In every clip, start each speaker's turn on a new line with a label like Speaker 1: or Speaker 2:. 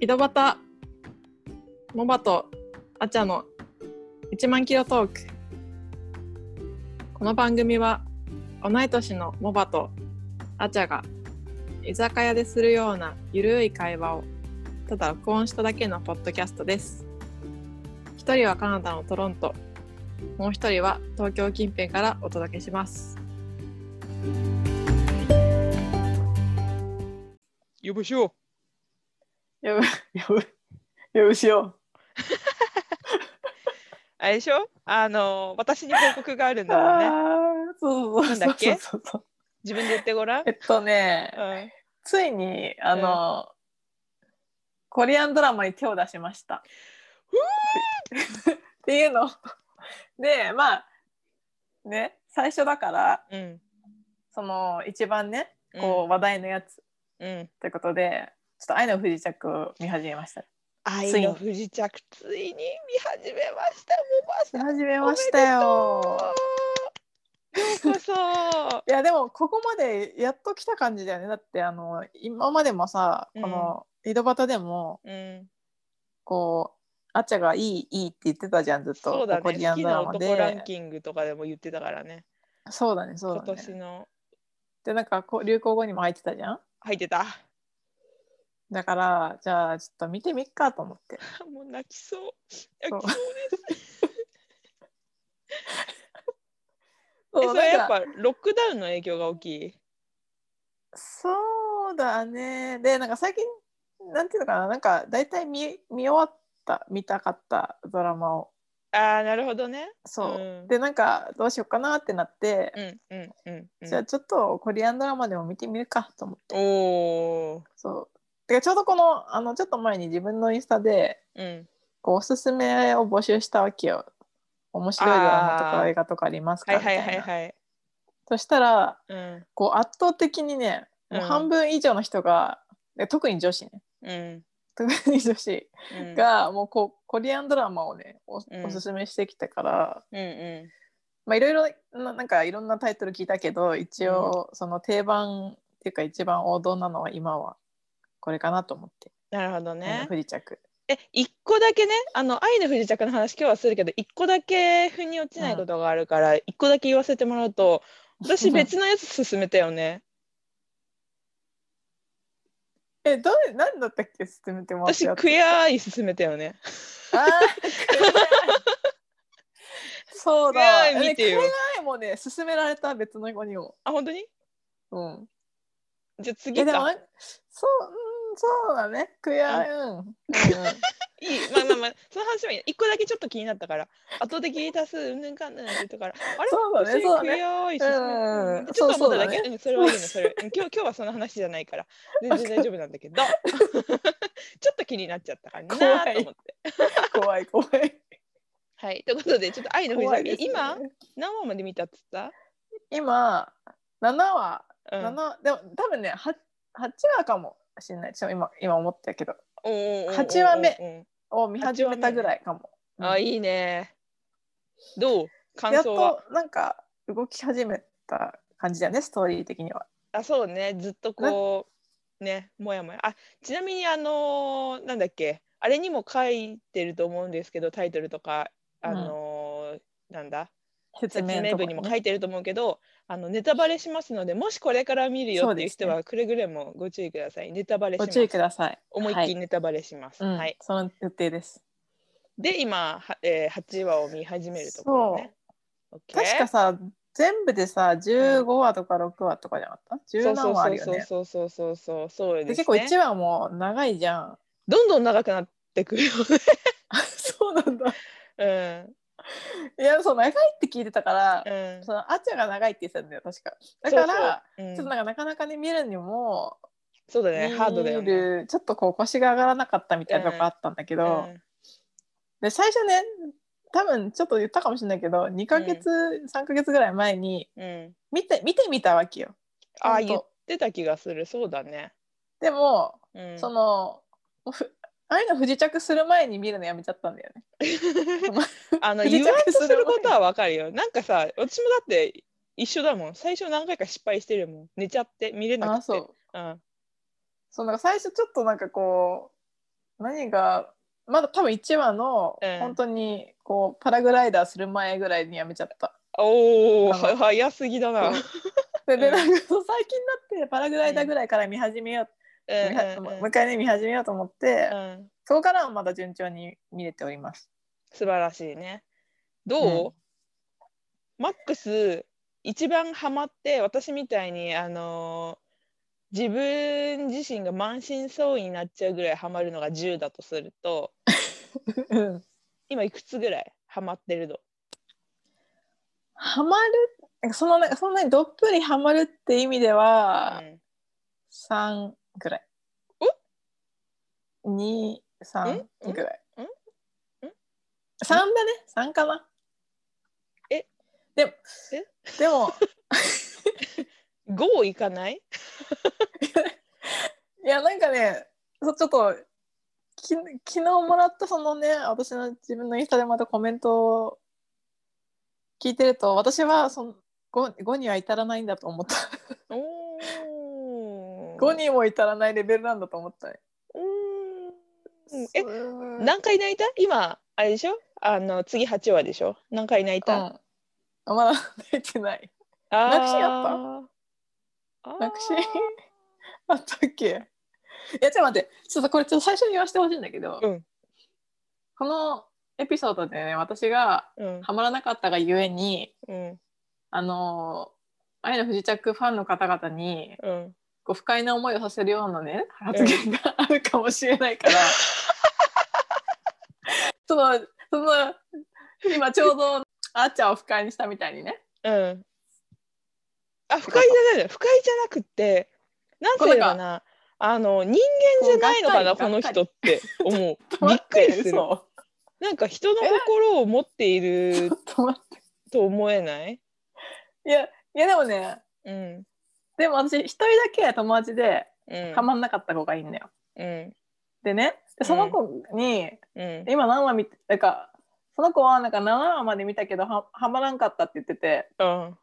Speaker 1: 井戸端モバとアチャの1万キロトークこの番組は同い年のモバとアチャが居酒屋でするようなゆるい会話をただ録音しただけのポッドキャストです一人はカナダのトロントもう一人は東京近辺からお届けします
Speaker 2: 呼ぶしよ
Speaker 3: やぶ、 やぶ、やぶしよ
Speaker 2: あれでしょあの私に報告があるん
Speaker 3: う。
Speaker 2: だもんね
Speaker 3: あーそうそ
Speaker 2: な
Speaker 3: うそう。
Speaker 2: んだっけ
Speaker 3: そうそうそう
Speaker 2: 自分で言ってごらん、
Speaker 3: えっとね、
Speaker 2: うん、
Speaker 3: ついに、あの、コリアンドラマに手を出しました。 っていうの。で、まあ、ね、最初だから、
Speaker 2: うん
Speaker 3: その、一番ね、こう、話題のやつ
Speaker 2: う、うん、
Speaker 3: ということで、ちょっと愛の不時着を見始めました。
Speaker 2: 愛
Speaker 3: つい
Speaker 2: の
Speaker 3: に
Speaker 2: 不時着ついに見始めました
Speaker 3: 見
Speaker 2: も
Speaker 3: 始め
Speaker 2: ば
Speaker 3: ましたよ。
Speaker 2: うそう
Speaker 3: いやでもここまでやっと来た感じだよねだってあの今までもさ
Speaker 2: うん
Speaker 3: この井戸端でも
Speaker 2: うん、
Speaker 3: こう、あっちゃがいいいいって言ってたじゃんずっと
Speaker 2: そうだ
Speaker 3: コ
Speaker 2: ね
Speaker 3: リア
Speaker 2: 好
Speaker 3: ン
Speaker 2: き
Speaker 3: ドラ
Speaker 2: な
Speaker 3: マ
Speaker 2: 男ラン
Speaker 3: で
Speaker 2: キングとかでも言ってたからね
Speaker 3: そうだねそう
Speaker 2: 今
Speaker 3: だね
Speaker 2: 年の
Speaker 3: でなんかこう流行語にも入ってたじゃん
Speaker 2: 入ってた
Speaker 3: だからじゃあちょっと見てみっかと思って
Speaker 2: もう泣きそう
Speaker 3: そう
Speaker 2: 泣きそうですえ
Speaker 3: そう
Speaker 2: それや
Speaker 3: な
Speaker 2: っ
Speaker 3: んか
Speaker 2: ぱロックダウンの影響が大きい
Speaker 3: そうだねでなんか最近なんていうのかななんか大体見見終わった見たかったドラマを
Speaker 2: ああなるほどね
Speaker 3: そう、
Speaker 2: うん
Speaker 3: でなんかどうしようかなってなって、
Speaker 2: うんうんうん、うん、
Speaker 3: じゃあちょっとコリアンドラマでも見てみるかと思って。
Speaker 2: おお
Speaker 3: そうてかちょうどこのあのちょっと前に自分のインスタで
Speaker 2: うん
Speaker 3: こうおすすめを募集したわけよ。面白いドラマと
Speaker 2: あ
Speaker 3: か
Speaker 2: ー
Speaker 3: 映画とかありますか
Speaker 2: はい
Speaker 3: みた
Speaker 2: はいい
Speaker 3: な、
Speaker 2: はいはい
Speaker 3: そしたら
Speaker 2: うん
Speaker 3: こう圧倒的にねもう半分以上の人が、で特に女子ね
Speaker 2: うん
Speaker 3: 特に女子
Speaker 2: うん
Speaker 3: が、もうこうコリアンドラマをね
Speaker 2: う
Speaker 3: お
Speaker 2: ん
Speaker 3: おすすめしてきたから、
Speaker 2: うんう
Speaker 3: まあいろいろななんかいろんなタイトル聞いたけど一応その定番っていうか一番王道なのは今はこれかなと思って。
Speaker 2: んなるほど
Speaker 3: ね
Speaker 2: ね、
Speaker 3: 不時着
Speaker 2: え一個だけねあの愛の不時着の話今日はするけど一個だけ腑に落ちないことがあるから一個だけ言わせてもらうと私別のやつ勧めたよ ね
Speaker 3: えどれ何だったっけ進めてもらった
Speaker 2: 私
Speaker 3: やつ
Speaker 2: クエアアイ勧めたよね
Speaker 3: あー クエアそうだ
Speaker 2: クエアアイ見てよ
Speaker 3: ねクエアアイもね進められた別の子にも
Speaker 2: あ本当に
Speaker 3: うん
Speaker 2: じゃあ
Speaker 3: え
Speaker 2: 次
Speaker 3: でも
Speaker 2: か
Speaker 3: なんそううんそうだねクエアアイうん、うん、
Speaker 2: いいまあまあまあその話はいい一個だけちょっと気になったから圧倒的多数うんぬんかんぬんって言ったからあれ
Speaker 3: そうだねそうだね
Speaker 2: クエアアイ
Speaker 3: うん
Speaker 2: 勧めちょっと思っただけ
Speaker 3: そう
Speaker 2: うん
Speaker 3: そうだ
Speaker 2: それはいいのそれう ん今日今日はその話じゃないから全然大丈夫なんだけど ちょっと気になっちゃったからな
Speaker 3: 怖い
Speaker 2: と思って
Speaker 3: 怖い怖い
Speaker 2: はい、ということで、ちょっと愛の不時
Speaker 3: 怖い
Speaker 2: 着、
Speaker 3: です、ね、
Speaker 2: 今、何話まで見たっつった。
Speaker 3: 今7話、
Speaker 2: うん、
Speaker 3: 七でも多分ね 8, 八話かもしんないちょ今今思ったけど
Speaker 2: おーおーおーおー
Speaker 3: 八話目
Speaker 2: うん
Speaker 3: を見始めたぐらいかも、うん
Speaker 2: あ、いいね。どう、
Speaker 3: や
Speaker 2: 感
Speaker 3: っ
Speaker 2: 想は。
Speaker 3: となんか動き始めた感じだよねストーリー的には。
Speaker 2: あ、そうね、ずっとこう。ね、もやもや、あ、ちなみに、あのーなんだっけ、あれにも書いてると思うんですけど、タイトルとか、あのーなんだ。
Speaker 3: 説
Speaker 2: 説明
Speaker 3: とか
Speaker 2: 文に
Speaker 3: ね
Speaker 2: も書いてると思うけど、あのネタバレしますので、もしこれから見るよっていう人
Speaker 3: そう
Speaker 2: はくれぐれもご注意ください。ネタバレし
Speaker 3: ご
Speaker 2: ます
Speaker 3: 注意。ください。
Speaker 2: 思いっきり
Speaker 3: は
Speaker 2: ネタバレします。
Speaker 3: いうん
Speaker 2: はい。
Speaker 3: その予定です。
Speaker 2: で今は、えー、8話を見始めるところね。OK
Speaker 3: 確かさ全部でさ15話とか6話とかじゃなかった十、
Speaker 2: そう
Speaker 3: 何話あるよね。
Speaker 2: そうそうそうそうそうそう
Speaker 3: で
Speaker 2: です、ね、
Speaker 3: 結構1話も長いじゃん。
Speaker 2: どんどん長くなってくるよ
Speaker 3: そうなんだ。
Speaker 2: ね。
Speaker 3: いやそう長いって聞いてたから、
Speaker 2: うんうん。
Speaker 3: そのあっちゃんが長いって言ってたんだよ確か。だから
Speaker 2: そうそううん
Speaker 3: ちょっとなんかなかなかね見るにも、
Speaker 2: そうだねハードだよ
Speaker 3: 見
Speaker 2: ね。
Speaker 3: るちょっとこう腰が上がらなかったみたいなとこあったんだけど。で最初ね多分ちょっと言ったかもしれないけど2ヶ月、3ヶ月ぐらい前に
Speaker 2: うん。うん、
Speaker 3: 見て見てみたわけよ。
Speaker 2: ああ
Speaker 3: ほんと
Speaker 2: 言ってた気がするそうだね。
Speaker 3: でも、
Speaker 2: うん、
Speaker 3: そのもうふ愛の不時着する前に見るのやめちゃったんだよね。
Speaker 2: あ の
Speaker 3: 不時
Speaker 2: 言
Speaker 3: 着
Speaker 2: わんとす
Speaker 3: す
Speaker 2: る
Speaker 3: る
Speaker 2: ことはわかるよ。なんかさ私もだって一緒だもん最初何回か失敗してるもん寝ちゃって見れなくて。
Speaker 3: あそう
Speaker 2: うん
Speaker 3: そうなんか最初ちょっとなんかこ何がまだ多分1話の
Speaker 2: うん
Speaker 3: 本当にこうパラグライダーする前ぐらいにやめちゃった。
Speaker 2: おお
Speaker 3: あの
Speaker 2: 早すぎだな。
Speaker 3: そうでで
Speaker 2: うん
Speaker 3: なんかそう最近になってパラグライダーぐらいから見始めよ
Speaker 2: う
Speaker 3: う、
Speaker 2: ん
Speaker 3: 見は
Speaker 2: うん
Speaker 3: もう一回ね見始めようと思って、
Speaker 2: うんうん
Speaker 3: そこからはまだ順調に見れております。
Speaker 2: 素晴らしいね。どう、マックス一番ハマって私みたいにあのー自分自身が満身創痍になっちゃうぐらいハマるのが10だとすると
Speaker 3: うん
Speaker 2: 今いくつぐらいハマってるの
Speaker 3: ハマるなんかそのなんかそんなにどっぷりハマるって意味では、
Speaker 2: うん
Speaker 3: 三ぐらい。二三
Speaker 2: んん
Speaker 3: ぐらい
Speaker 2: んん。
Speaker 3: 三だね、三かな。
Speaker 2: え、
Speaker 3: でも
Speaker 2: え、
Speaker 3: でも、
Speaker 2: 5いかない
Speaker 3: いやなんかね、そうちょっとき昨日もらったそのね、私の自分のインスタでまたコメントを聞いてると、私はその五五には至らないんだと思った。
Speaker 2: おー
Speaker 3: 五にも至らないレベルなんだと思ったね。
Speaker 2: うーんえ
Speaker 3: そう
Speaker 2: 何回泣いた今あれでしょあの次8話でしょ何回泣いた、
Speaker 3: うんあまだ泣いてない。
Speaker 2: あー
Speaker 3: 泣くシーンあ
Speaker 2: あー
Speaker 3: タクシーあったっけいやちょっと待ってちょっとこれちょっと最初に言わせてほしいんだけど、
Speaker 2: うん
Speaker 3: このエピソードでね私がハマらなかったがゆえに
Speaker 2: うんうん
Speaker 3: あのー愛の不時着ファンの方々に
Speaker 2: うん
Speaker 3: こう不快な思いをさせるようなね発言があるかもしれないから、そのその今ちょうどあっちゃんを不快にしたみたいにね
Speaker 2: うんあ不快じゃないの不快じゃなくってなんていうのかなあの人間じゃないのかな
Speaker 3: こ
Speaker 2: こ
Speaker 3: うが
Speaker 2: の
Speaker 3: っかり
Speaker 2: 人って思うび
Speaker 3: 待
Speaker 2: っくりする
Speaker 3: そう
Speaker 2: なんか人の心を持ってい
Speaker 3: ち
Speaker 2: る
Speaker 3: ょっと待っ
Speaker 2: と思えない
Speaker 3: ていやいやでもね
Speaker 2: うん
Speaker 3: でも私一人だけ友達で
Speaker 2: うん
Speaker 3: ハマんなかった子がいいんだよ。
Speaker 2: うん
Speaker 3: でねでその子に、
Speaker 2: うん
Speaker 3: 今何話見てなんかその子はなんか7話まで見たけどはハマらんかったって言ってて
Speaker 2: うん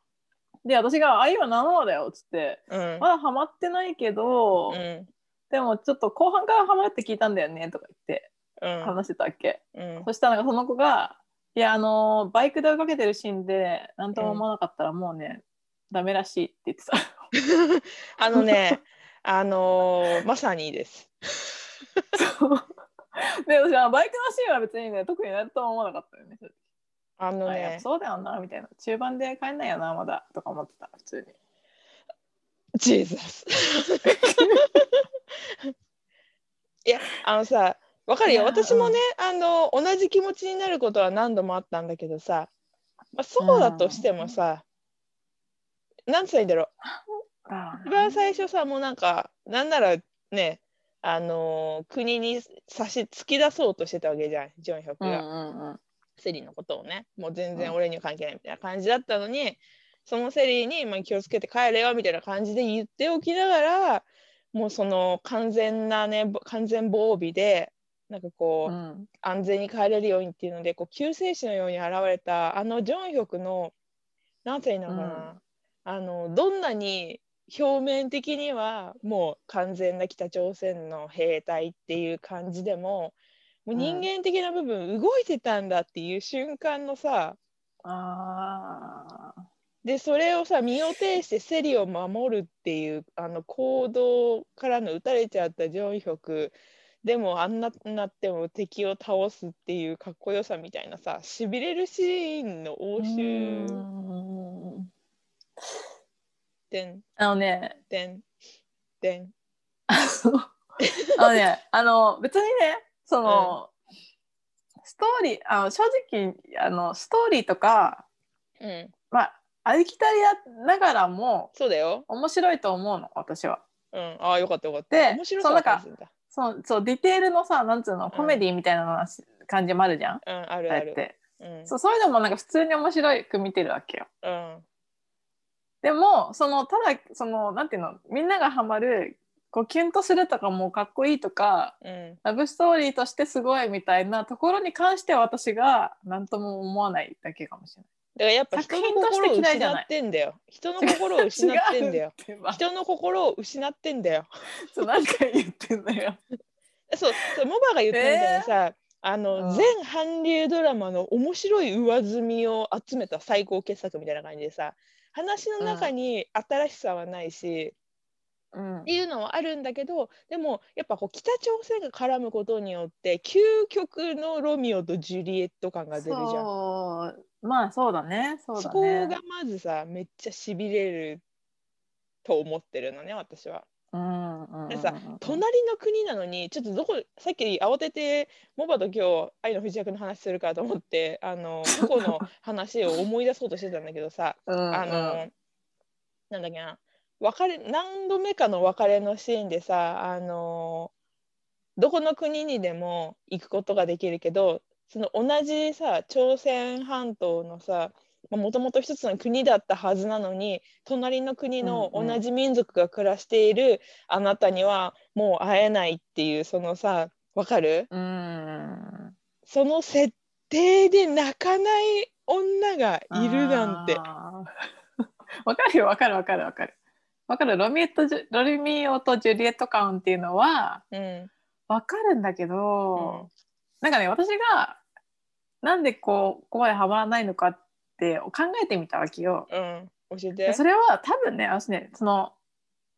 Speaker 3: で私が「あ今7話だよ」っつって
Speaker 2: うん
Speaker 3: 「まだハマってないけど、
Speaker 2: うん
Speaker 3: でもちょっと後半からハマるって聞いたんだよね」とか言って
Speaker 2: うん
Speaker 3: 話してたっけ、
Speaker 2: うん
Speaker 3: そしたらなんかその子が「いやあのーバイクで追いかけてるシーンで何とも思わなかったらもうね、ダメらしい」って言ってた。
Speaker 2: あのね、あのーまさにです。
Speaker 3: で私はバイクのシーンは別にね特に何とも思わなかったよね。
Speaker 2: あの
Speaker 3: あやっぱ
Speaker 2: ね、
Speaker 3: そうだよなみたいな中盤で帰んないよなまだとか思ってた普通に
Speaker 2: ジーザス。 いや、あのさ、わかるよ。
Speaker 3: いや
Speaker 2: 私もね、あの同じ気持ちになることは何度もあったんだけどさ、まあ、そうだとしてもさ、なんつったらいいんだろう。
Speaker 3: あ
Speaker 2: 一番最初さ、もうなんか、なんならね、あのー国に差し突き出そうとしてたわけじゃん、ジョンヒョク
Speaker 3: うんう
Speaker 2: が。
Speaker 3: んうん
Speaker 2: セリのことをねもう全
Speaker 3: う
Speaker 2: 然
Speaker 3: ん
Speaker 2: 俺には関係ないみたいな感じだったのに、そのセリに、まあ、気をつけて帰れよみたいな感じで言っておきながらもうその完全なねぼ完全防備でなんかこ
Speaker 3: う
Speaker 2: う、
Speaker 3: ん
Speaker 2: 安全に帰れるようにっていうのでこう救世主のように現れたあのジョンヒョクの何歳なのかな、あのどんなに表面的にはもう完全な北朝鮮の兵隊っていう感じでももう人間的な部分動いてたんだっていう瞬間のさ
Speaker 3: あー
Speaker 2: でそれをさ身を挺してセリを守るっていうあの行動からの打たれちゃったジョンヒョクでもあんななっても敵を倒すっていうかっこよさみたいなさしびれるシーンの応
Speaker 3: う
Speaker 2: 酬
Speaker 3: ん
Speaker 2: てん
Speaker 3: あのね
Speaker 2: てんてん
Speaker 3: あのねあの別にねその、ストーリーあの正直あのストーリーとか
Speaker 2: うん
Speaker 3: まあありきたりやながらも
Speaker 2: そうだよ、
Speaker 3: 面白いと思うの私は。
Speaker 2: うん、ああよかったよかった
Speaker 3: で
Speaker 2: 面白
Speaker 3: そ
Speaker 2: さ
Speaker 3: の
Speaker 2: は
Speaker 3: 中
Speaker 2: 感じるんだ
Speaker 3: そうそうディテールのさなんつうのコメディみたいなのはし感じもあるじゃん、
Speaker 2: うんあるあ
Speaker 3: ああやっ
Speaker 2: る
Speaker 3: て
Speaker 2: うん
Speaker 3: そうそういうのもなんか普通に面白く見てるわけよ
Speaker 2: うん
Speaker 3: でもそのただそのなんていうのみんながハマるこうキュンとするとかもうかっこいいとか
Speaker 2: うん
Speaker 3: ラブストーリーとしてすごいみたいなところに関しては私が何とも思わないだけかもしれ
Speaker 2: だからやっぱ人の心を
Speaker 3: 作品として嫌いじゃ
Speaker 2: 失
Speaker 3: な
Speaker 2: っ
Speaker 3: い
Speaker 2: てんだよ人の
Speaker 3: ない
Speaker 2: 心を失ってんだよ
Speaker 3: 違うってば
Speaker 2: 人の心を失ってんだよ
Speaker 3: そうなんか言ってんだよ
Speaker 2: そうそうモバが言ったみたいにさ、あの
Speaker 3: うん
Speaker 2: 全韓流ドラマの面白い上積みを集めた最高傑作みたいな感じでさ話の中に新しさはないし、
Speaker 3: うん
Speaker 2: っていうのはあるんだけどでもやっぱこう北朝鮮が絡むことによって究極のロミオとジュリエット感が出るじゃん。
Speaker 3: そうまあそうだねそう
Speaker 2: そ
Speaker 3: だ
Speaker 2: こ
Speaker 3: ね
Speaker 2: がまずさめっちゃしびれると思ってるのね私は。
Speaker 3: うんうんうんう
Speaker 2: で
Speaker 3: ん
Speaker 2: さ隣の国なのにちょっとどこさっき慌ててモバと今日愛の不時着の話するかと思ってあ の過去の話を思い出そうとしてたんだけどさ
Speaker 3: うんうん
Speaker 2: あのなんだっけな別れ何度目かの別れのシーンでさあのどこの国にでも行くことができるけどその同じさ朝鮮半島のさもともと一つの国だったはずなのに隣の国の
Speaker 3: うんうん
Speaker 2: 同じ民族が暮らしているあなたにはもう会えないっていうそのさわかる
Speaker 3: うん
Speaker 2: その設定で泣かない女がいるなんて
Speaker 3: あー わかるよわかるわかるわかるわかるロミエットジュロミオとジュリエット感っていうのは
Speaker 2: うん
Speaker 3: わかるんだけ
Speaker 2: う
Speaker 3: ど
Speaker 2: ん、
Speaker 3: なんかね私がなんでこうここまでハマらないのかって考えてみたわけよ。
Speaker 2: うん教えて
Speaker 3: それは多分ね私ねその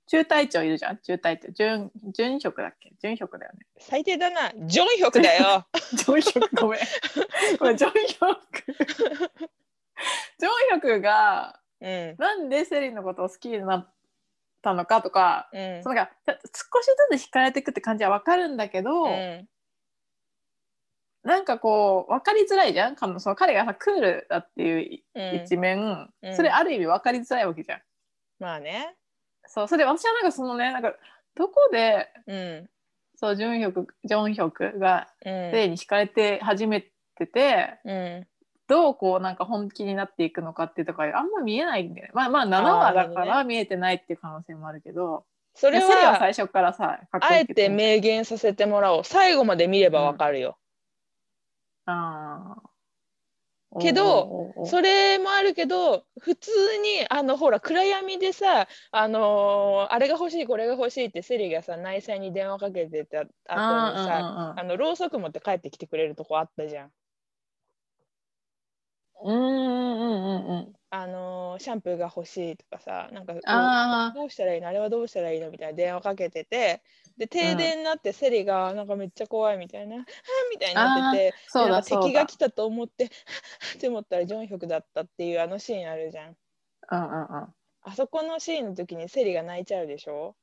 Speaker 3: 中隊長いるじゃん中隊長準準職だっけ準職だよね。
Speaker 2: 最低だなジョンヒョクだ よ
Speaker 3: 準職ご めんごめん準職準職が
Speaker 2: うん
Speaker 3: なんでセリのことを好きになったのかとか、
Speaker 2: うん
Speaker 3: そのなんか少しずつ惹かれていくって感じはわかるんだけど、
Speaker 2: うん
Speaker 3: なんかこう分かりづらいじゃん彼のその彼がさクールだっていう
Speaker 2: うん
Speaker 3: 一面、
Speaker 2: うん
Speaker 3: それある意味分かりづらいわけじゃん。
Speaker 2: まあね
Speaker 3: そうそれで私はなんかそのねなんかどこで
Speaker 2: うん
Speaker 3: そうジョンヒョクジョンヒョクが
Speaker 2: うん
Speaker 3: レイに惹かれて始めてて、
Speaker 2: うん
Speaker 3: どうこうなんか本気になっていくのかっていうとかあんま見えないんだよね。まあまあ7
Speaker 2: な
Speaker 3: 話だか
Speaker 2: るほど
Speaker 3: ら見えてないっていう可能性もあるけど、
Speaker 2: そ
Speaker 3: そ
Speaker 2: れ
Speaker 3: セリは
Speaker 2: は
Speaker 3: 最初からさかっこ
Speaker 2: あ
Speaker 3: いい
Speaker 2: え
Speaker 3: けど
Speaker 2: て明言させてもらおう最後まで見ればわかるよ、
Speaker 3: あー
Speaker 2: けど
Speaker 3: おーおーおー
Speaker 2: それもあるけど普通にあのほら暗闇でさあのーあれが欲しいこれが欲しいってセリがさ内戦に電話かけてた後にさ
Speaker 3: あ
Speaker 2: あのろうそく持って帰ってきてくれるとこあったじゃん
Speaker 3: ーうんうんうんうんうんうん
Speaker 2: あのーシャンプーが欲しいとかさなんかこう
Speaker 3: あー
Speaker 2: どうしたらいいのあれはどうしたらいいのみたいな電話かけててで停電になってセリがなんかめっちゃ怖いみたいな「はあ」みたいになってて
Speaker 3: そう
Speaker 2: でなん
Speaker 3: だ
Speaker 2: か
Speaker 3: そう
Speaker 2: 敵
Speaker 3: だ
Speaker 2: が来たと思って 「って思ったらジョンヒョクだったっていうあのシーンあるじゃん
Speaker 3: うんう
Speaker 2: あそこのシーンの時にセリが泣いちゃうでしょ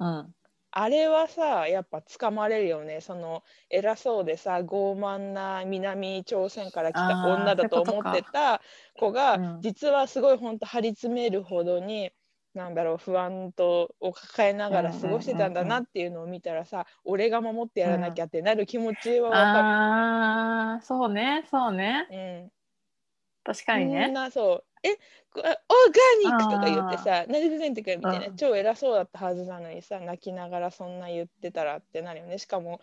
Speaker 3: んうんうん
Speaker 2: あれはさやっぱ掴まれるよねその偉そうでさ傲慢な南朝鮮から来た
Speaker 3: あー
Speaker 2: 女だと思ってた子が、
Speaker 3: うん
Speaker 2: 実はすごい本当張り詰めるほどになんだろう不安とを抱えながら過ごしてたんだなっていうのを見たらさ、俺が守ってやらなきゃってなる気持ちはわか
Speaker 3: あーそうねそうね
Speaker 2: る。うん
Speaker 3: 確かに
Speaker 2: みん
Speaker 3: ね
Speaker 2: なそう「えこあオーガニック」とか言ってさ「なるべくてみたいな
Speaker 3: うん
Speaker 2: 超偉そうだったはずなのにさ泣きながらそんな言ってたらってなるよねしかも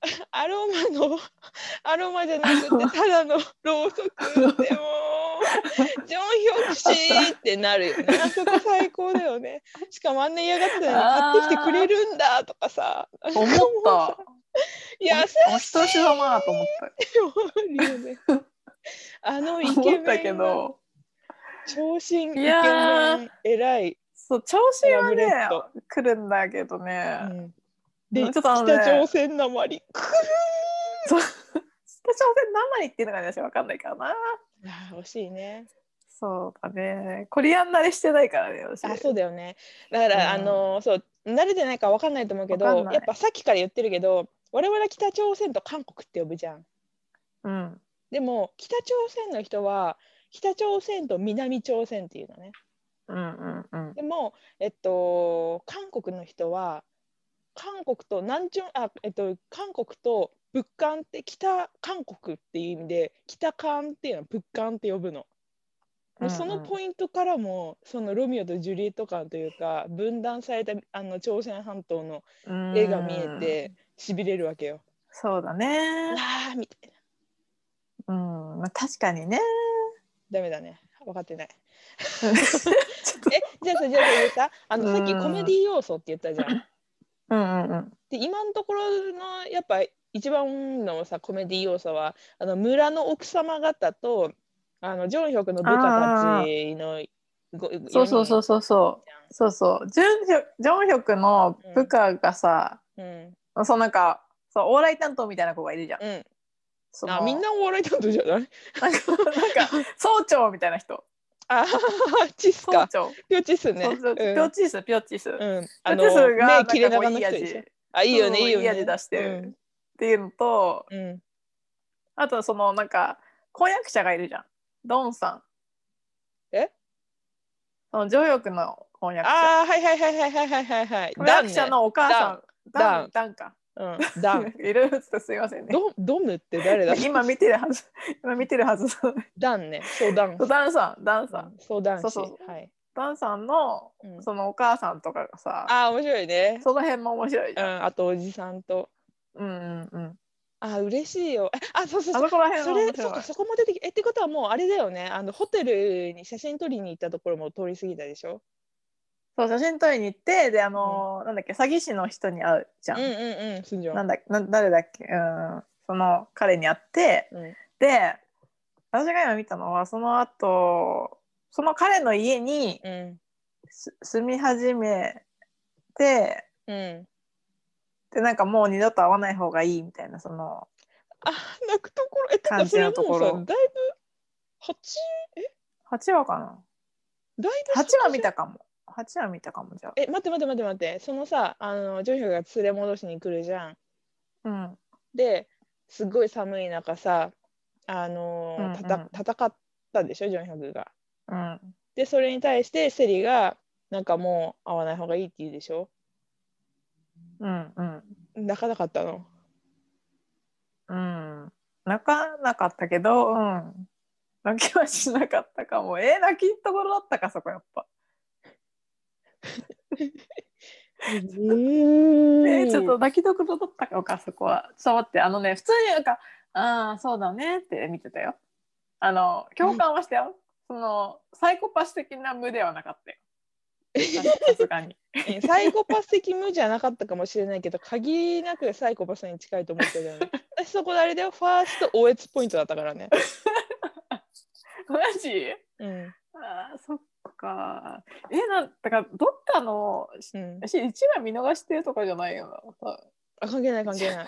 Speaker 2: アロマの アロマじゃな くてただのろうそくでもうジョン・ヒョクシーってなるよ ねあそこ最高だよねしかもあんな嫌がってたのに買ってきてくれるんだとかさ
Speaker 3: 思った
Speaker 2: いや
Speaker 3: お人志様だと思った
Speaker 2: そうよ ねあのイケ
Speaker 3: 思っ
Speaker 2: メ
Speaker 3: たけ
Speaker 2: ンが
Speaker 3: ど
Speaker 2: 長身イケ
Speaker 3: い
Speaker 2: メ
Speaker 3: や
Speaker 2: ン偉い、
Speaker 3: そう調子は
Speaker 2: ラブレッ
Speaker 3: ね
Speaker 2: ド
Speaker 3: 来るんだけどね、
Speaker 2: うんで
Speaker 3: ちょっ
Speaker 2: 北
Speaker 3: とあのね
Speaker 2: 朝鮮なまりく
Speaker 3: そう北朝鮮生にっていうのがね私わかんないからな
Speaker 2: るあー惜しいね
Speaker 3: そうだねコリアン慣れしてないからね私
Speaker 2: あそうだよねだから、
Speaker 3: うん
Speaker 2: あのそう慣れてないから分かんないと思うけ
Speaker 3: わかん
Speaker 2: ど
Speaker 3: ない
Speaker 2: やっぱさっきから言ってるけど我々北朝鮮と韓国って呼ぶじゃん
Speaker 3: うん
Speaker 2: でも北朝鮮の人は北朝鮮と南朝鮮っていうのね
Speaker 3: うんうんうん
Speaker 2: でもえっと韓国の人は韓国と南朝あえっと韓国と仏韓って北韓国っていう意味で北韓っていうのは仏韓って呼ぶの。もうそのポイントからもそのロミオとジュリエット感というか分断されたあの朝鮮半島の絵が見え
Speaker 3: うん
Speaker 2: てしびれるわけよ。
Speaker 3: そうだね
Speaker 2: わあみたいな
Speaker 3: うん、まあ、確かにね
Speaker 2: ダメだね分かってない。
Speaker 3: ちょっと
Speaker 2: えじゃあさじゃあさじゃあさあのさっき
Speaker 3: うん
Speaker 2: コメディ要素って言ったじゃん。
Speaker 3: うんうんうん。
Speaker 2: で今のところのやっぱ一番のさコメディ要素はあの村の奥様方とあのジョンヒョクの部下たちのご
Speaker 3: そうそうそううそうそう。そうそう。ジョンヒョジョンヒョクの部下がさ、
Speaker 2: う、うん
Speaker 3: そうなんか、そうお笑い担当みたいな子がいるじゃん。
Speaker 2: うん、
Speaker 3: その
Speaker 2: あみんなお笑い担当じゃない
Speaker 3: なんかなんか総長みたいな人。
Speaker 2: あチス
Speaker 3: 総
Speaker 2: か
Speaker 3: 長。
Speaker 2: ピョチスね
Speaker 3: そうそうピョチースピョチース。ピョ
Speaker 2: うん、あ
Speaker 3: チース
Speaker 2: の
Speaker 3: がな
Speaker 2: 目
Speaker 3: んか
Speaker 2: 切れ
Speaker 3: こ
Speaker 2: 長
Speaker 3: う
Speaker 2: の
Speaker 3: いい
Speaker 2: 人
Speaker 3: 味
Speaker 2: で
Speaker 3: っ
Speaker 2: しょあいいよね
Speaker 3: そう
Speaker 2: いいよね
Speaker 3: いい味出してるていうのと、
Speaker 2: うんうん
Speaker 3: あとはそのなんか婚約者がいるじゃん。ドンさん。
Speaker 2: え
Speaker 3: その女優の婚約者。
Speaker 2: ああはいはいはいはいはいはいはいはい
Speaker 3: 婚
Speaker 2: ダン
Speaker 3: 約
Speaker 2: ね
Speaker 3: 者のお母さん。
Speaker 2: ダ
Speaker 3: ダ
Speaker 2: ン
Speaker 3: ン、ダンか。
Speaker 2: うんダ ン
Speaker 3: いろいろちょっとすいませんね。
Speaker 2: ドドムって誰だ
Speaker 3: 今見てるはず。今見てるはず。そ
Speaker 2: ダンねそうダン
Speaker 3: うダンさん、ダンさん。
Speaker 2: そうダン
Speaker 3: そうそう
Speaker 2: はい
Speaker 3: ダンさんの
Speaker 2: うん
Speaker 3: そのお母さんとかがさ、
Speaker 2: ああ面白いね
Speaker 3: その辺も面白いじ
Speaker 2: う
Speaker 3: ゃん。
Speaker 2: んあとおじさんと
Speaker 3: うんうんうん。
Speaker 2: あー嬉しいよえあそうそう
Speaker 3: あ
Speaker 2: そう
Speaker 3: そこら
Speaker 2: そ
Speaker 3: 辺も
Speaker 2: れ
Speaker 3: 面
Speaker 2: そ
Speaker 3: 白
Speaker 2: うか
Speaker 3: い。
Speaker 2: そこも出てきえってことはもうあれだよねあのホテルに写真撮りに行ったところも通り過ぎたでしょ
Speaker 3: そう写真撮りに行ってであのー、なんだっけ詐欺師の人に会うじゃ
Speaker 2: うん
Speaker 3: ん。
Speaker 2: うんうんすんじゃん
Speaker 3: なんだな誰だっけうんその彼に会って、
Speaker 2: うん
Speaker 3: で私が今見たのはその後その彼の家に
Speaker 2: うん
Speaker 3: す住み始めて
Speaker 2: うん
Speaker 3: でなんかもう二度と会わない方がいいみたいなその
Speaker 2: あ泣くところえってか
Speaker 3: 感
Speaker 2: そ
Speaker 3: じ
Speaker 2: れも
Speaker 3: の
Speaker 2: う
Speaker 3: ところ
Speaker 2: さだいぶ八
Speaker 3: 8話かな
Speaker 2: だいぶ
Speaker 3: 8話見たかも8話見たかもじゃあ。
Speaker 2: え待って待って待って待ってそのさあのジョンヒョクが連れ戻しに来るじゃん
Speaker 3: うん
Speaker 2: ですごい寒い中さあのー
Speaker 3: うんうん
Speaker 2: たた戦ったでしょジョンヒョクが
Speaker 3: うん
Speaker 2: でそれに対してセリがなんかもう会わない方がいいって言うでしょ
Speaker 3: うんうん
Speaker 2: 泣かなかったの
Speaker 3: うん泣かなかったけど、うん、泣きはしなかったかもえー泣きところだったかそこやっぱ、 えーちょっと泣きどころだったかかそこはちょっと待ってあのね普通になんか「ああそうだね」って見てたよあの共感はしたよ、そのサイコパス的な無ではなかったよさすがに
Speaker 2: うんサイコパス的無じゃなかったかもしれないけど限りなくサイコパスに近いと思うけど ね私そこであれだよファーストおえつポイントだったからね、
Speaker 3: マジ
Speaker 2: うん
Speaker 3: あーそっかえーなんだからどっかの
Speaker 2: うん、
Speaker 3: 私一話見逃してるとかじゃないよな
Speaker 2: あ関係ない関係ない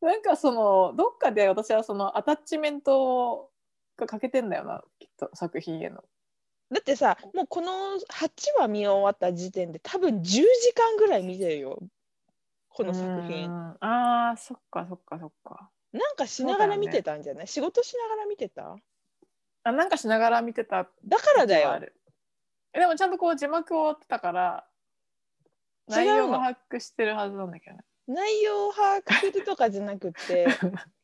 Speaker 3: なんかそのどっかで私はそのアタッチメントが欠けてんだよなきっと作品への。
Speaker 2: だってさもうこの8話見終わった時点で多分10時間ぐらい見てるよこの作
Speaker 3: う
Speaker 2: 品
Speaker 3: んあーそっかそっかそっか。
Speaker 2: なんかしながら見てたんじゃない、仕事しながら見てた
Speaker 3: あなんかしながら見てた
Speaker 2: だからだ
Speaker 3: あ
Speaker 2: よ
Speaker 3: るえでもちゃんとこう字幕を追ってたから
Speaker 2: 違うの
Speaker 3: 内容を把握してるはずなんだけどね。
Speaker 2: 内容を把握するとかじゃなく て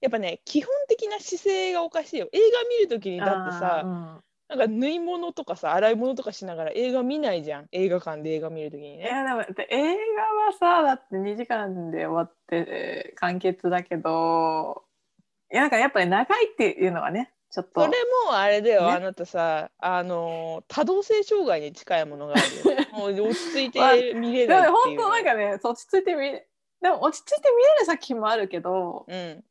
Speaker 2: やっぱね基本的な姿勢がおかしいよ映画見るときにだってさ、
Speaker 3: あ
Speaker 2: なんか縫い物とかさ洗い物とかしながら映画見ないじゃん映画館で映画見るときに
Speaker 3: ーうんい
Speaker 2: ね
Speaker 3: やでもだって映画はさだって2時間で終わってえー完結だけどいやなんかやっぱり長いっていうのはねちょっ
Speaker 2: それ
Speaker 3: と。
Speaker 2: もあれだよ、
Speaker 3: ね
Speaker 2: あなたさあのー多動性障害に近いものがあ るよもう落ち着い
Speaker 3: まあ
Speaker 2: て見れ
Speaker 3: でも
Speaker 2: ない
Speaker 3: ね
Speaker 2: ってい
Speaker 3: 本
Speaker 2: う
Speaker 3: 当なんかねそう落ち着いて見れでも落ち着いて見れる作品もあるけど、
Speaker 2: うん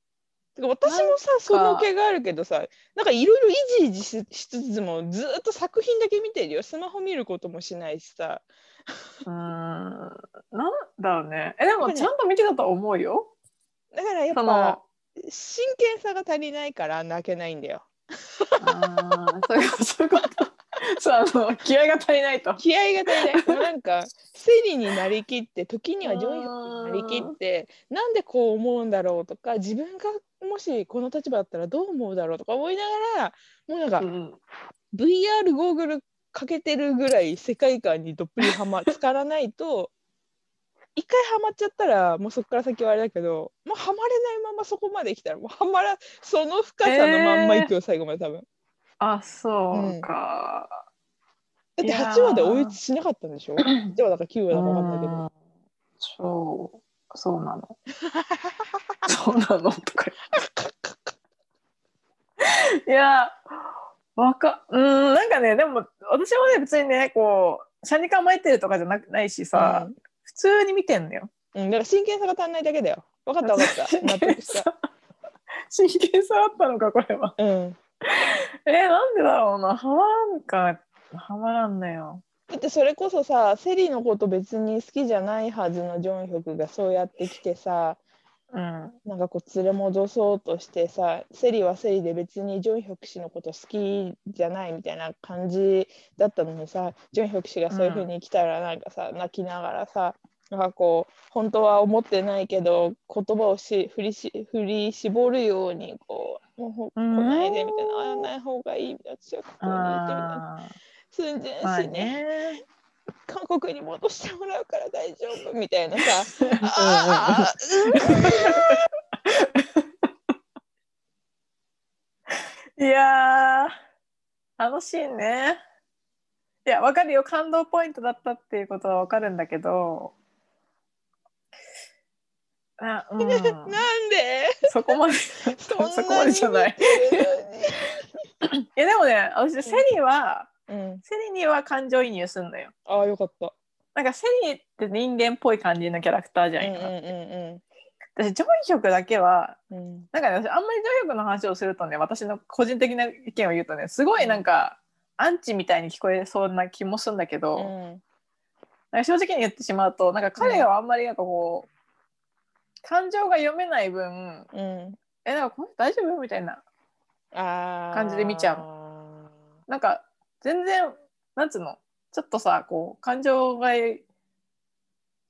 Speaker 2: てか私もさその気があるけどさなんかいろいろいじいじししつつもずーっと作品だけ見てるよスマホ見ることもしないしさ
Speaker 3: うーんなんだろうねえで
Speaker 2: なんか
Speaker 3: も
Speaker 2: ね
Speaker 3: ちゃんと見てたと思うよ
Speaker 2: だからやっ
Speaker 3: そ
Speaker 2: ぱ
Speaker 3: の
Speaker 2: 真剣さが足りないから泣けないんだよ
Speaker 3: あーそういうことそういうことそうあの気合が足りないと
Speaker 2: 気合が足りないもうなん かセリになりきって時にはジョンヒョクになりきってなんでこう思うんだろうとか自分がもしこの立場だったらどう思うだろうとか思いながらもうなんか
Speaker 3: うん、
Speaker 2: VR ゴーグルかけてるぐらい世界観にどっぷりはま浸からないと一回ハマっちゃったらもうそこから先はあれだけどもうハマれないままそこまで来たらもうハマらその深さのまんまいくよ、最後まで多分
Speaker 3: あそうか、
Speaker 2: だって
Speaker 3: いやー
Speaker 2: 8話で追い打ちしなかったんで しょ ?8 話だか9話だか分かんないけど
Speaker 3: うーんそうそうな のそうなのとか言っていやわかうーんなんかねでも私もね別にねこう車に構えてるとかじゃなくないしさ、
Speaker 2: うん
Speaker 3: 普通に見てんの よ。
Speaker 2: うん、だから真剣さが足んないだけだよ。分かった分 かった。納得した。
Speaker 3: 真剣さあったのかこれは。
Speaker 2: うん。
Speaker 3: えー、なんでだろうなハマらんかハマらんのよ。
Speaker 2: だってそれこそさ、セリのこと別に好きじゃないはずのジョンヒョクがそうやってきてさ、
Speaker 3: うん
Speaker 2: なんかこう連れ戻そうとしてさ、セリはセリで別にジョンヒョク氏のこと好きじゃないみたいな感じだったのにさ、ジョンヒョク氏がそういう風に来たらなんかさ、泣きながらさ、なんかこう本当は思ってないけど言葉をし振りし振り絞るようにこうもうほ来
Speaker 3: うん
Speaker 2: ないでみたいな会わない方がいいみたいな私はここにいてみたいな
Speaker 3: あー
Speaker 2: 寸前
Speaker 3: まあ
Speaker 2: 死ね
Speaker 3: ね。
Speaker 2: 韓国に戻してもらうから大丈夫みたいなさ あああ、
Speaker 3: いやーあのシーンね。いやわかるよ感動ポイントだったっていうことはわかるんだけど。あうん
Speaker 2: なんで
Speaker 3: そこまで
Speaker 2: そ
Speaker 3: そ
Speaker 2: んなに
Speaker 3: こまでじゃない。いやでもね私セリは、
Speaker 2: うん、
Speaker 3: セリには感情移入すんのよ。
Speaker 2: ああよかった。
Speaker 3: なんかセリって人間っぽい感じのキャラクターじゃ
Speaker 2: うん
Speaker 3: ん
Speaker 2: うん
Speaker 3: 今、
Speaker 2: う
Speaker 3: 私ジョンヒョクだけは
Speaker 2: んうん
Speaker 3: なんかね私あんまりジョンヒョクの話をするとね私の個人的な意見を言うとねすごいなんか、アンチみたいに聞こえそうな気もするんだけど、
Speaker 2: うん
Speaker 3: なんか正直に言ってしまうとなんか彼はあんまりなんかこう、感情が読めない分
Speaker 2: うん
Speaker 3: えなんかこの人大丈夫みたいな
Speaker 2: あー
Speaker 3: 感じで見ちゃなんか全然なんつうのちょっとさこう感情が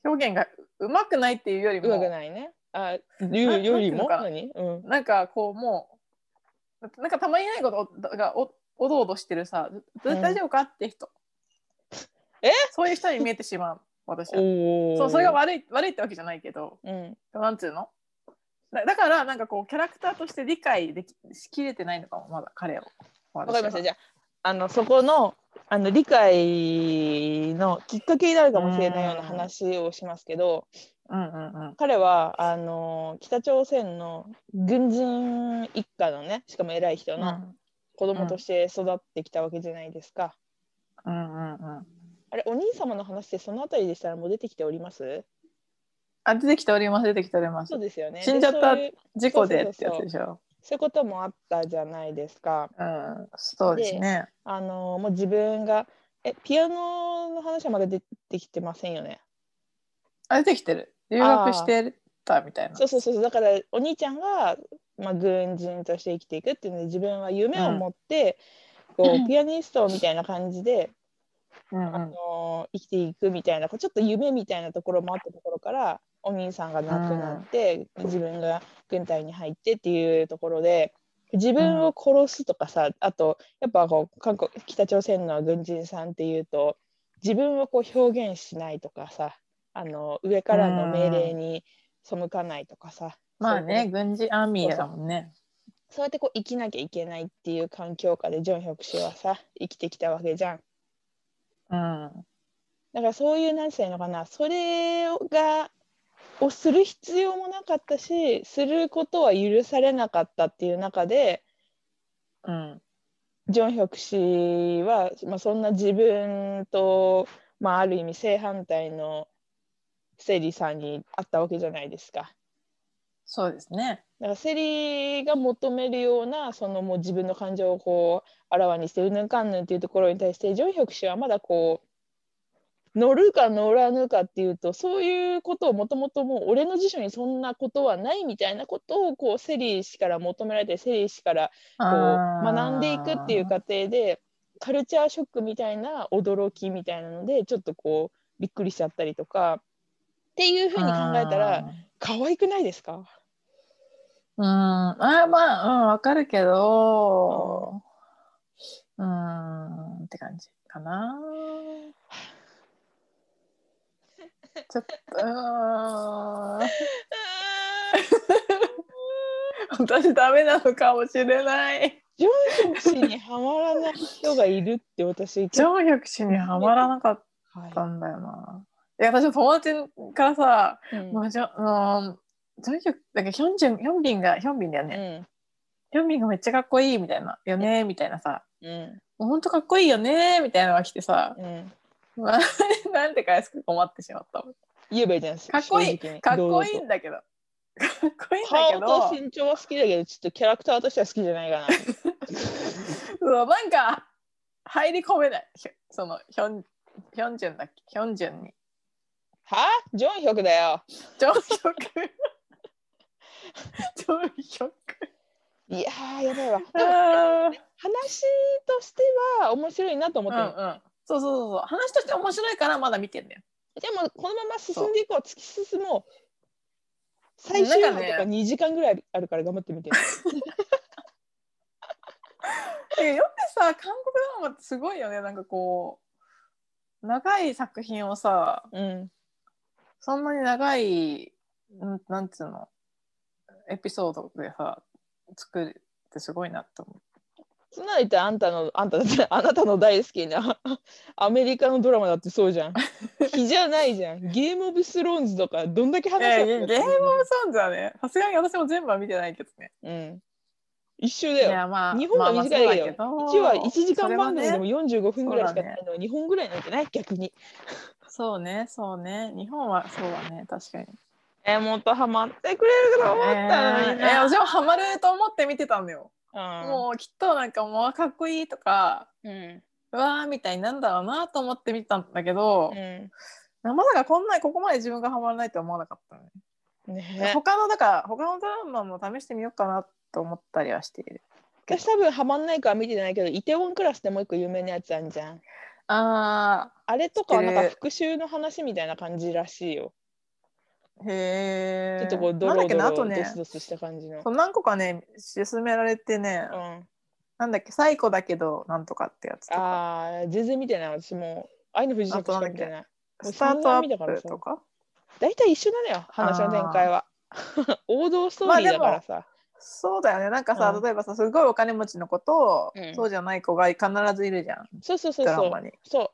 Speaker 3: 表現がうまくないっていうより
Speaker 2: うまく
Speaker 3: も
Speaker 2: ないね。あいうよりも
Speaker 3: なん
Speaker 2: 何うん
Speaker 3: なんかこうもうなんかたまにないことがおおどおどしてるさ「
Speaker 2: うん
Speaker 3: 大丈夫か?」って人、
Speaker 2: え
Speaker 3: そういう人に見えてしまう私は
Speaker 2: おお。
Speaker 3: そうそれが悪い悪いってわけじゃないけど
Speaker 2: うん
Speaker 3: なんつうのだだからなんかこうキャラクターとして理解できしきれてないのかもまだ彼をわ
Speaker 2: わかりました。じゃあ、あの、そこの、あの、理解のきっかけになるかもしれないような話をしますけど、
Speaker 3: うんうんうん
Speaker 2: 彼は、あの、北朝鮮の軍人一家のね、しかも偉い人
Speaker 3: う
Speaker 2: の
Speaker 3: ん
Speaker 2: 子供として育ってきたわけじゃないですか。
Speaker 3: うんうんうん
Speaker 2: あれ、お兄様の話ってそのあたりでしたらもう出てきております
Speaker 3: あ出てきております出てきております
Speaker 2: そうですよね。
Speaker 3: 死んじゃっ
Speaker 2: でそ
Speaker 3: た
Speaker 2: ういう
Speaker 3: 事故でってやつでしょ
Speaker 2: そういうこともあったじゃないですか。
Speaker 3: うんそうですね
Speaker 2: あの、もう自分が、え、ピアノの話はまだ出てきてませんよね。
Speaker 3: あ出てきてる留学してたみたいな
Speaker 2: そうそうそうそうだからお兄ちゃんが、まあ、軍人として生きていくっていうので自分は夢を持って、こうピアニストみたいな感じで、
Speaker 3: うんう
Speaker 2: あ
Speaker 3: ん
Speaker 2: の生きていくみたいなこうちょっと夢みたいなところもあったところからお兄さんが亡くなって、自分が軍隊に入ってっていうところで自分を殺すとかさ、あとやっぱこう韓国北朝鮮の軍人さんっていうと自分をこう表現しないとかさあの上からの命令に背かないとかさ、
Speaker 3: ま
Speaker 2: そ
Speaker 3: あ
Speaker 2: ういう
Speaker 3: ね、軍事アーミーだもんね。
Speaker 2: そうやってこう生きなきゃいけないっていう環境下でジョンヒョク氏はさ生きてきたわけじゃん。
Speaker 3: うん。
Speaker 2: だからそういう何て言うのかなそれがをする必要もなかったしすることは許されなかったっていう中で
Speaker 3: うん。
Speaker 2: ジョンヒョク氏は、まあ、そんな自分と、まあ、ある意味正反対のセリさんにあったわけじゃないですか。
Speaker 3: そうですね。
Speaker 2: だからセリが求めるようなそのもう自分の感情をこうあらわにしてうんぬんかんぬんっていうところに対してジョンヒョク氏はまだこう乗るか乗らぬかっていうとそういうことをもともともう俺の辞書にそんなことはないみたいなことをこうセリ氏から求められてセリ氏からこう
Speaker 3: あー
Speaker 2: 学んでいくっていう過程でカルチャーショックみたいな驚きみたいなのでちょっとこうびっくりしちゃったりとかっていうふうに考えたら。可愛くないです か
Speaker 3: うん。あーまあ、うん、わかるけど、うん、って感じか な。ちょっと、うーん。私ダメなのかもしれない。
Speaker 2: ジョンヒョク氏にはまらない人がいるって私
Speaker 3: ジョンヒョク氏にはまらなかっ
Speaker 2: はい
Speaker 3: たんだよな。いや、私の友達からさ、
Speaker 2: うん
Speaker 3: まあ、じゃ、うん、とにかく、なんかヒョンジュン、ヒョンビンが、ヒョンビンだよね。ヒョンビンがめっちゃかっこいいみたいな、よねみたいなさ。
Speaker 2: うん
Speaker 3: もうほんとかっこいいよねみたいなのが来てさ、
Speaker 2: うんうん
Speaker 3: まあ、なんて返すか困ってしまった。
Speaker 2: 言えばいいじゃないです
Speaker 3: かっこいいかっこいいんだけど。かっこいいんだ
Speaker 2: 顔
Speaker 3: けど
Speaker 2: と。身長は好きだけどちょっとキャラクターとしては好きじゃないかな
Speaker 3: そうなんか入り込めないひょそのヒョンヒョンジュンだっけヒョンジュンに
Speaker 2: はジョンヒョクだよ
Speaker 3: ジョンヒョクジョンヒョク
Speaker 2: いやーやばい わでも
Speaker 3: あー
Speaker 2: 話としては面白いなと思
Speaker 3: うんう
Speaker 2: ってる、
Speaker 3: んそうそうそうそう話として面白いからまだ見てんだよ
Speaker 2: でもこのまま進んでいこう突き進もう最終話とか
Speaker 3: なんか
Speaker 2: 2時間ぐらいあるから頑張ってみて、
Speaker 3: えよくさ韓国ドラマってすごいよねなんかこう長い作品をさ
Speaker 2: うん
Speaker 3: そんなに長いうんなんつうのエピソードでさ作るってすごいなって思う
Speaker 2: そんなの言ったらあんたのあんただってあなたの大好きなアメリカのドラマだってそう じゃん日じゃないじゃんゲームオブスローンズとかどんだけ話
Speaker 3: いや
Speaker 2: し
Speaker 3: い
Speaker 2: 合
Speaker 3: や
Speaker 2: って
Speaker 3: ゲ
Speaker 2: る
Speaker 3: ームオブスローンズはね、さすがに私も全部は見てないけどね。
Speaker 2: うん一緒だよ
Speaker 3: ま
Speaker 2: 日本は短いけど
Speaker 3: まあまあ
Speaker 2: 一
Speaker 3: そうだ
Speaker 2: 話
Speaker 3: けど
Speaker 2: 1時間番組で
Speaker 3: それは
Speaker 2: も
Speaker 3: ね
Speaker 2: 45分ぐらいしかないのは日本ぐらいなんじゃない逆に
Speaker 3: そうね、そうね。日本はそうだね、確かに。
Speaker 2: えー、もっとハマってくれると思ったのに
Speaker 3: えーえー
Speaker 2: な、
Speaker 3: 私もハマると思って見てたんだよ。もうきっとなんかもうかっこいいとか、
Speaker 2: うん、うん
Speaker 3: うわーみたいになんだろうなと思って見てたんだけど、
Speaker 2: う
Speaker 3: まさかこんなにここまで自分がハマらないとは思わなかった
Speaker 2: ん、
Speaker 3: ね。
Speaker 2: ね
Speaker 3: 他のだから他のドラマも試してみようかなと思ったりはしている。
Speaker 2: 私多分ハマんないから見てないけどイテウォンクラスでもう一個有名なやつあんじゃん
Speaker 3: あ
Speaker 2: あれとかはなん
Speaker 3: 知
Speaker 2: か
Speaker 3: って
Speaker 2: 復讐の話みたいな感じらしいよ、
Speaker 3: ーへえ。
Speaker 2: ちょっとこうド
Speaker 3: なんだ
Speaker 2: ロド
Speaker 3: っけなあと
Speaker 2: ロ
Speaker 3: ね
Speaker 2: ドスドスした感じの、
Speaker 3: そう何個かね勧められてね、
Speaker 2: うん、
Speaker 3: なんだっけ最古だけどなんとかってやつとか
Speaker 2: あー全然見てない私もう愛の不時着しか見てないもう
Speaker 3: スタート
Speaker 2: 散
Speaker 3: ア
Speaker 2: 々見たか
Speaker 3: ッ
Speaker 2: ら
Speaker 3: プ
Speaker 2: さ
Speaker 3: とか
Speaker 2: 大体一緒なのよ話の展開は王道ストーリーだからさ、
Speaker 3: そうだよねなんかさ、
Speaker 2: うん
Speaker 3: 例えばさすごいお金持ちの子と、
Speaker 2: うん
Speaker 3: そうじゃない子が必ずいるじゃん
Speaker 2: そうそうそ
Speaker 3: ド
Speaker 2: う
Speaker 3: ラ
Speaker 2: そ
Speaker 3: マ
Speaker 2: う
Speaker 3: に。
Speaker 2: そ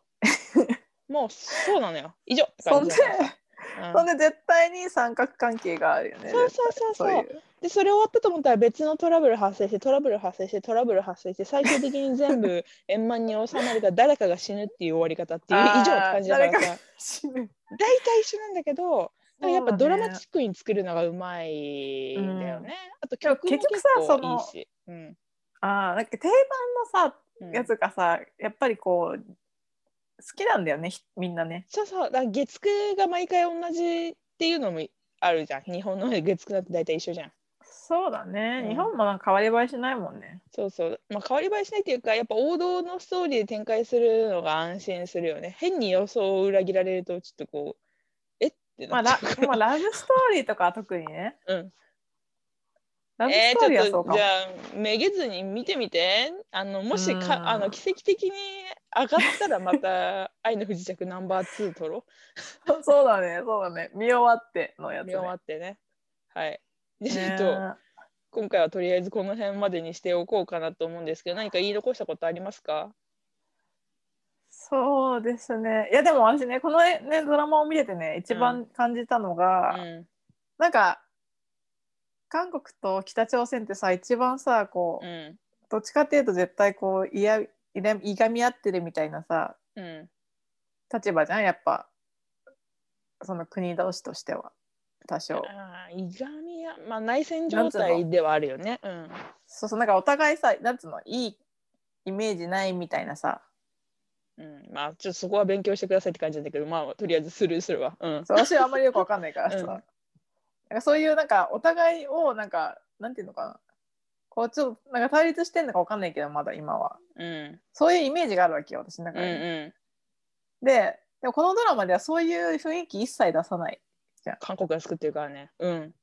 Speaker 2: う もうそうなのよ以上って
Speaker 3: そ
Speaker 2: 感
Speaker 3: ん
Speaker 2: じ
Speaker 3: で
Speaker 2: だからさうん
Speaker 3: そんで絶対に三角関係があるよね。
Speaker 2: そうそうそうそう
Speaker 3: いう
Speaker 2: でそれ終わったと思ったら別のトラブル発生してトラブル発生してトラブル発生して最終的に全 部円満に収まるが誰かが死ぬっていう終わり方っていう以上って感じだから
Speaker 3: あー誰
Speaker 2: さ
Speaker 3: 死ぬ
Speaker 2: 大体一緒なんだけどなんかやっぱ
Speaker 3: そう
Speaker 2: ド
Speaker 3: だ
Speaker 2: ラ
Speaker 3: ね
Speaker 2: マチックに作るのがうまいんだよね。あと曲も
Speaker 3: でも
Speaker 2: 結
Speaker 3: 結局さ
Speaker 2: 構いいし。うん
Speaker 3: あーなんか定番のさ
Speaker 2: うん
Speaker 3: やつがさやっぱりこう好きなんだよねひみんなね。
Speaker 2: そうそうだから月9が毎回同じっていうのもあるじゃん日本の月9だって大体一緒じゃん。
Speaker 3: そうだね、
Speaker 2: うん
Speaker 3: 日本もなんか変わり映えしないもんね。
Speaker 2: そうそう、まあ、変わり映えしないっていうかやっぱ王道のストーリーで展開するのが安心するよね変に予想を裏切られるとちょっとこうえって
Speaker 3: ま
Speaker 2: な
Speaker 3: あ、
Speaker 2: っちゃ
Speaker 3: ラ
Speaker 2: うから、
Speaker 3: まあラブストーリーとかは特にね。
Speaker 2: うん、
Speaker 3: ラブ
Speaker 2: え
Speaker 3: ス
Speaker 2: ー
Speaker 3: トーリーは
Speaker 2: ち
Speaker 3: そ
Speaker 2: ょっ
Speaker 3: うか
Speaker 2: と
Speaker 3: も。
Speaker 2: じゃあめげずに見てみてあのもし
Speaker 3: うん
Speaker 2: かあの奇跡的に上がったらまた「愛の不時着ナンバー2」撮 ろ
Speaker 3: そうだね、そうだね。見終わってのや
Speaker 2: う
Speaker 3: つ、
Speaker 2: 見
Speaker 3: ね。
Speaker 2: 終わってねはいでちょ
Speaker 3: ね
Speaker 2: っと今回はとりあえずこの辺までにしておこうかなと思うんですけど何か言い残したことありますか
Speaker 3: そうですね。いや、でも私ね、このね、ドラマを見ててね、一番感じたのが、
Speaker 2: うん
Speaker 3: なんか、韓国と北朝鮮ってさ、一番さ、こう、
Speaker 2: うん
Speaker 3: どっちかっていうと絶対こう、いや、いらいがみ合ってるみたいなさ、
Speaker 2: うん
Speaker 3: 立場じゃん、やっぱ。その国同士としては、多少。
Speaker 2: あーいがみや、まあ、内戦
Speaker 3: な
Speaker 2: 状
Speaker 3: んつうの
Speaker 2: 態ではあるよね。うん、
Speaker 3: そうそうなんかお互いさなんつうのいいイメージないみたいなさ
Speaker 2: うん、まあ、ちょっとそこは勉強してくださいって感じなんだけど、まあ、とりあえずスルーするわ。うん、
Speaker 3: そう私はあんまりよくわかんないからさ、
Speaker 2: うん
Speaker 3: なんかそういうなんかお互いをなんかなんていうのかなこうちょっとなんか対立してんのかわかんないけどまだ今は
Speaker 2: うん、
Speaker 3: そういうイメージがあるわけよ私の中
Speaker 2: うん、
Speaker 3: で、
Speaker 2: うん、
Speaker 3: ででもこのドラマではそういう雰囲気一切出さない、
Speaker 2: 韓国が作ってるからね。うん、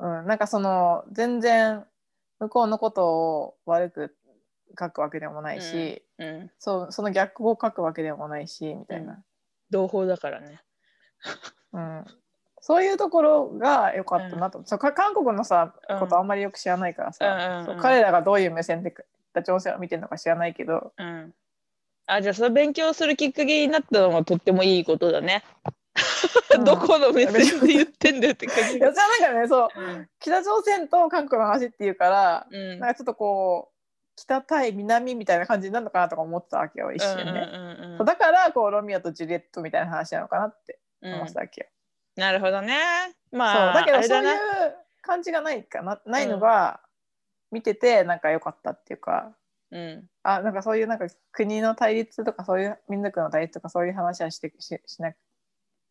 Speaker 3: うん、なんかその全然向こうのことを悪く書くわけでもないし、
Speaker 2: うんうん、
Speaker 3: そうその逆を書くわけでもないしみたいな、
Speaker 2: 同胞だからね。
Speaker 3: うんそういうところが良かったなと、そうか韓国のさ
Speaker 2: うん
Speaker 3: ことあんまりよく知らないからさ、
Speaker 2: うんうんうん
Speaker 3: そう彼らがどういう目線で北朝鮮を見てるのか知らないけど
Speaker 2: うん。あ、じゃあ、その勉強するきっかけになったのはとってもいいことだね。
Speaker 3: うん
Speaker 2: どこの目線で言ってんだよって感じ
Speaker 3: いや。じゃあなんかねそう
Speaker 2: うん、
Speaker 3: 北朝鮮と韓国の話っていうから、
Speaker 2: うん、
Speaker 3: なんかちょっとこう北対南みたいな感じになるのかなとか思ってたわけよ一瞬
Speaker 2: うん、
Speaker 3: ね、
Speaker 2: うん、うん
Speaker 3: そうだからこうロミオとジュリエットみたいな話なのかなって
Speaker 2: う
Speaker 3: 話だけよ、
Speaker 2: なるほどね。ま
Speaker 3: そう
Speaker 2: あ、
Speaker 3: だけ
Speaker 2: あ
Speaker 3: ど
Speaker 2: れ
Speaker 3: そう
Speaker 2: だ
Speaker 3: い
Speaker 2: な
Speaker 3: う感じがないかなないのが見ててなんか良かったっていうか、
Speaker 2: うん、
Speaker 3: あなんかそういうなんか国の対立とかそういう民族の対立とかそういう話はしてししなく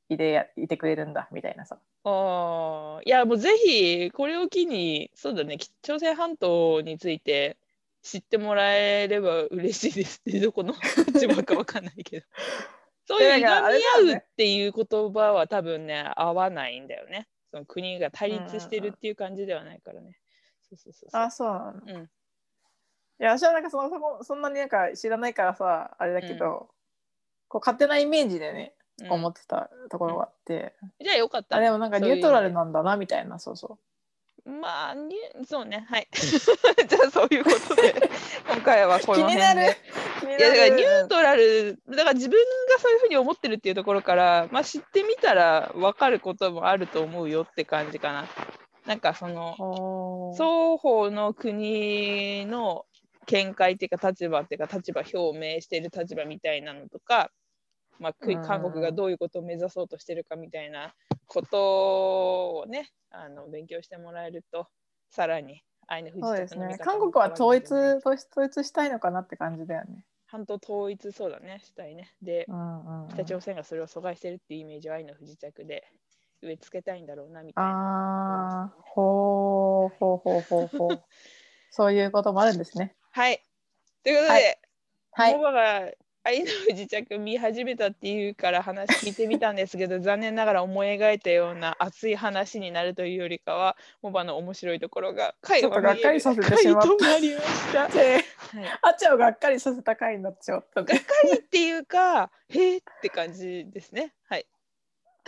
Speaker 3: いでやいてくれるんだみたいなさ
Speaker 2: あーいやもうぜひこれを機にそうだねき朝鮮半島について知ってもらえれば嬉しいですってどこの 立場かわかんないけどそういう
Speaker 3: い
Speaker 2: い
Speaker 3: やだから
Speaker 2: が
Speaker 3: あ
Speaker 2: み
Speaker 3: れだよね
Speaker 2: 合うっていう言葉は多分ね合わないんだよねその国が対立してるっていう感じではないからねそうそうそうそう
Speaker 3: あそうなの
Speaker 2: うん
Speaker 3: いや私はなんかそのそこそんなになんか知らないからさあれだけど、こう勝手なイメージでね、
Speaker 2: うん
Speaker 3: 思ってたところがあって、
Speaker 2: じゃあよかった
Speaker 3: あ
Speaker 2: ね
Speaker 3: でもなんか
Speaker 2: そう
Speaker 3: ニ
Speaker 2: いう
Speaker 3: ュートラルなんだなみたいなそうそう
Speaker 2: まあにそうねはい じゃあそういうこと で今回はこの辺で
Speaker 3: 気になる気にない
Speaker 2: やだからニュー
Speaker 3: る
Speaker 2: トラルだから自分がそういうふうに思ってるっていうところから、まあ、知ってみたら分かることもあると思うよって感じかな。なんかその
Speaker 3: おー
Speaker 2: 双方の国の見解っていうか立場っていうか立場表明してる立場みたいなのとか、まあ、く
Speaker 3: うん
Speaker 2: 韓国がどういうことを目指そうとしてるかみたいなことをねあの勉強してもらえるとさらに愛の不
Speaker 3: そう
Speaker 2: 時
Speaker 3: で
Speaker 2: 着
Speaker 3: す
Speaker 2: の見
Speaker 3: ね
Speaker 2: 方
Speaker 3: 韓
Speaker 2: も
Speaker 3: 国は統一
Speaker 2: 変わるんじゃない
Speaker 3: 統一統一したいのかなって感じだよね
Speaker 2: 半島統一そうだねしたいね。で
Speaker 3: うんうんうん
Speaker 2: 北朝鮮がそれを阻害してるっていうイメージは愛の不時着で植え付けたいんだろうなみたいな。
Speaker 3: あーほうほうほうほうほうそういうこともあるんですね
Speaker 2: はい。ということ
Speaker 3: は
Speaker 2: で、
Speaker 3: はい
Speaker 2: モバが愛の不時着見始めたっていうから話聞いてみたんですけど 残念ながら思い描いたような熱い話になるというよりかはモバの面白いところが回
Speaker 3: ちょっとがっかりさせてしまった
Speaker 2: なりました。 はい、
Speaker 3: で
Speaker 2: がっ
Speaker 3: あっちゃんをがっかりさせた回になっちゃったね
Speaker 2: かりっていうか へーって感じですね。はい。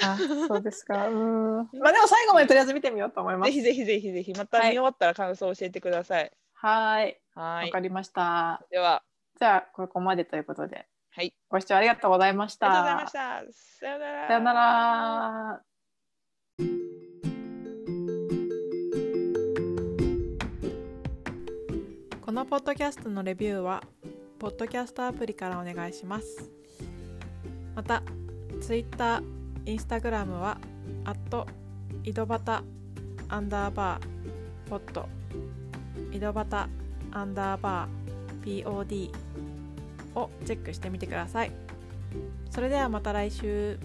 Speaker 3: あそうですか。うーん。まあでも最後までとりあえず見てみようと思いま
Speaker 2: ぜ
Speaker 3: す。
Speaker 2: ひぜひぜひぜひまた見
Speaker 3: はい
Speaker 2: 終わったら感想を教えてください。
Speaker 3: はーい。
Speaker 2: は
Speaker 3: わ
Speaker 2: い。
Speaker 3: かりました。
Speaker 2: では
Speaker 3: じゃあここまでということで、
Speaker 2: はい。
Speaker 3: ご視聴ありがとうございまし
Speaker 2: ありがとうござい
Speaker 3: た。
Speaker 2: ました。さよなら。
Speaker 3: さよなら。
Speaker 1: このポッドキャストのレビューはポッドキャストアプリからお願いしますまた Twitter、Instagram はアット井戸端アンダーバーポッド井戸端アンダーバー POD をチェックしてみてくださいそれではまた来週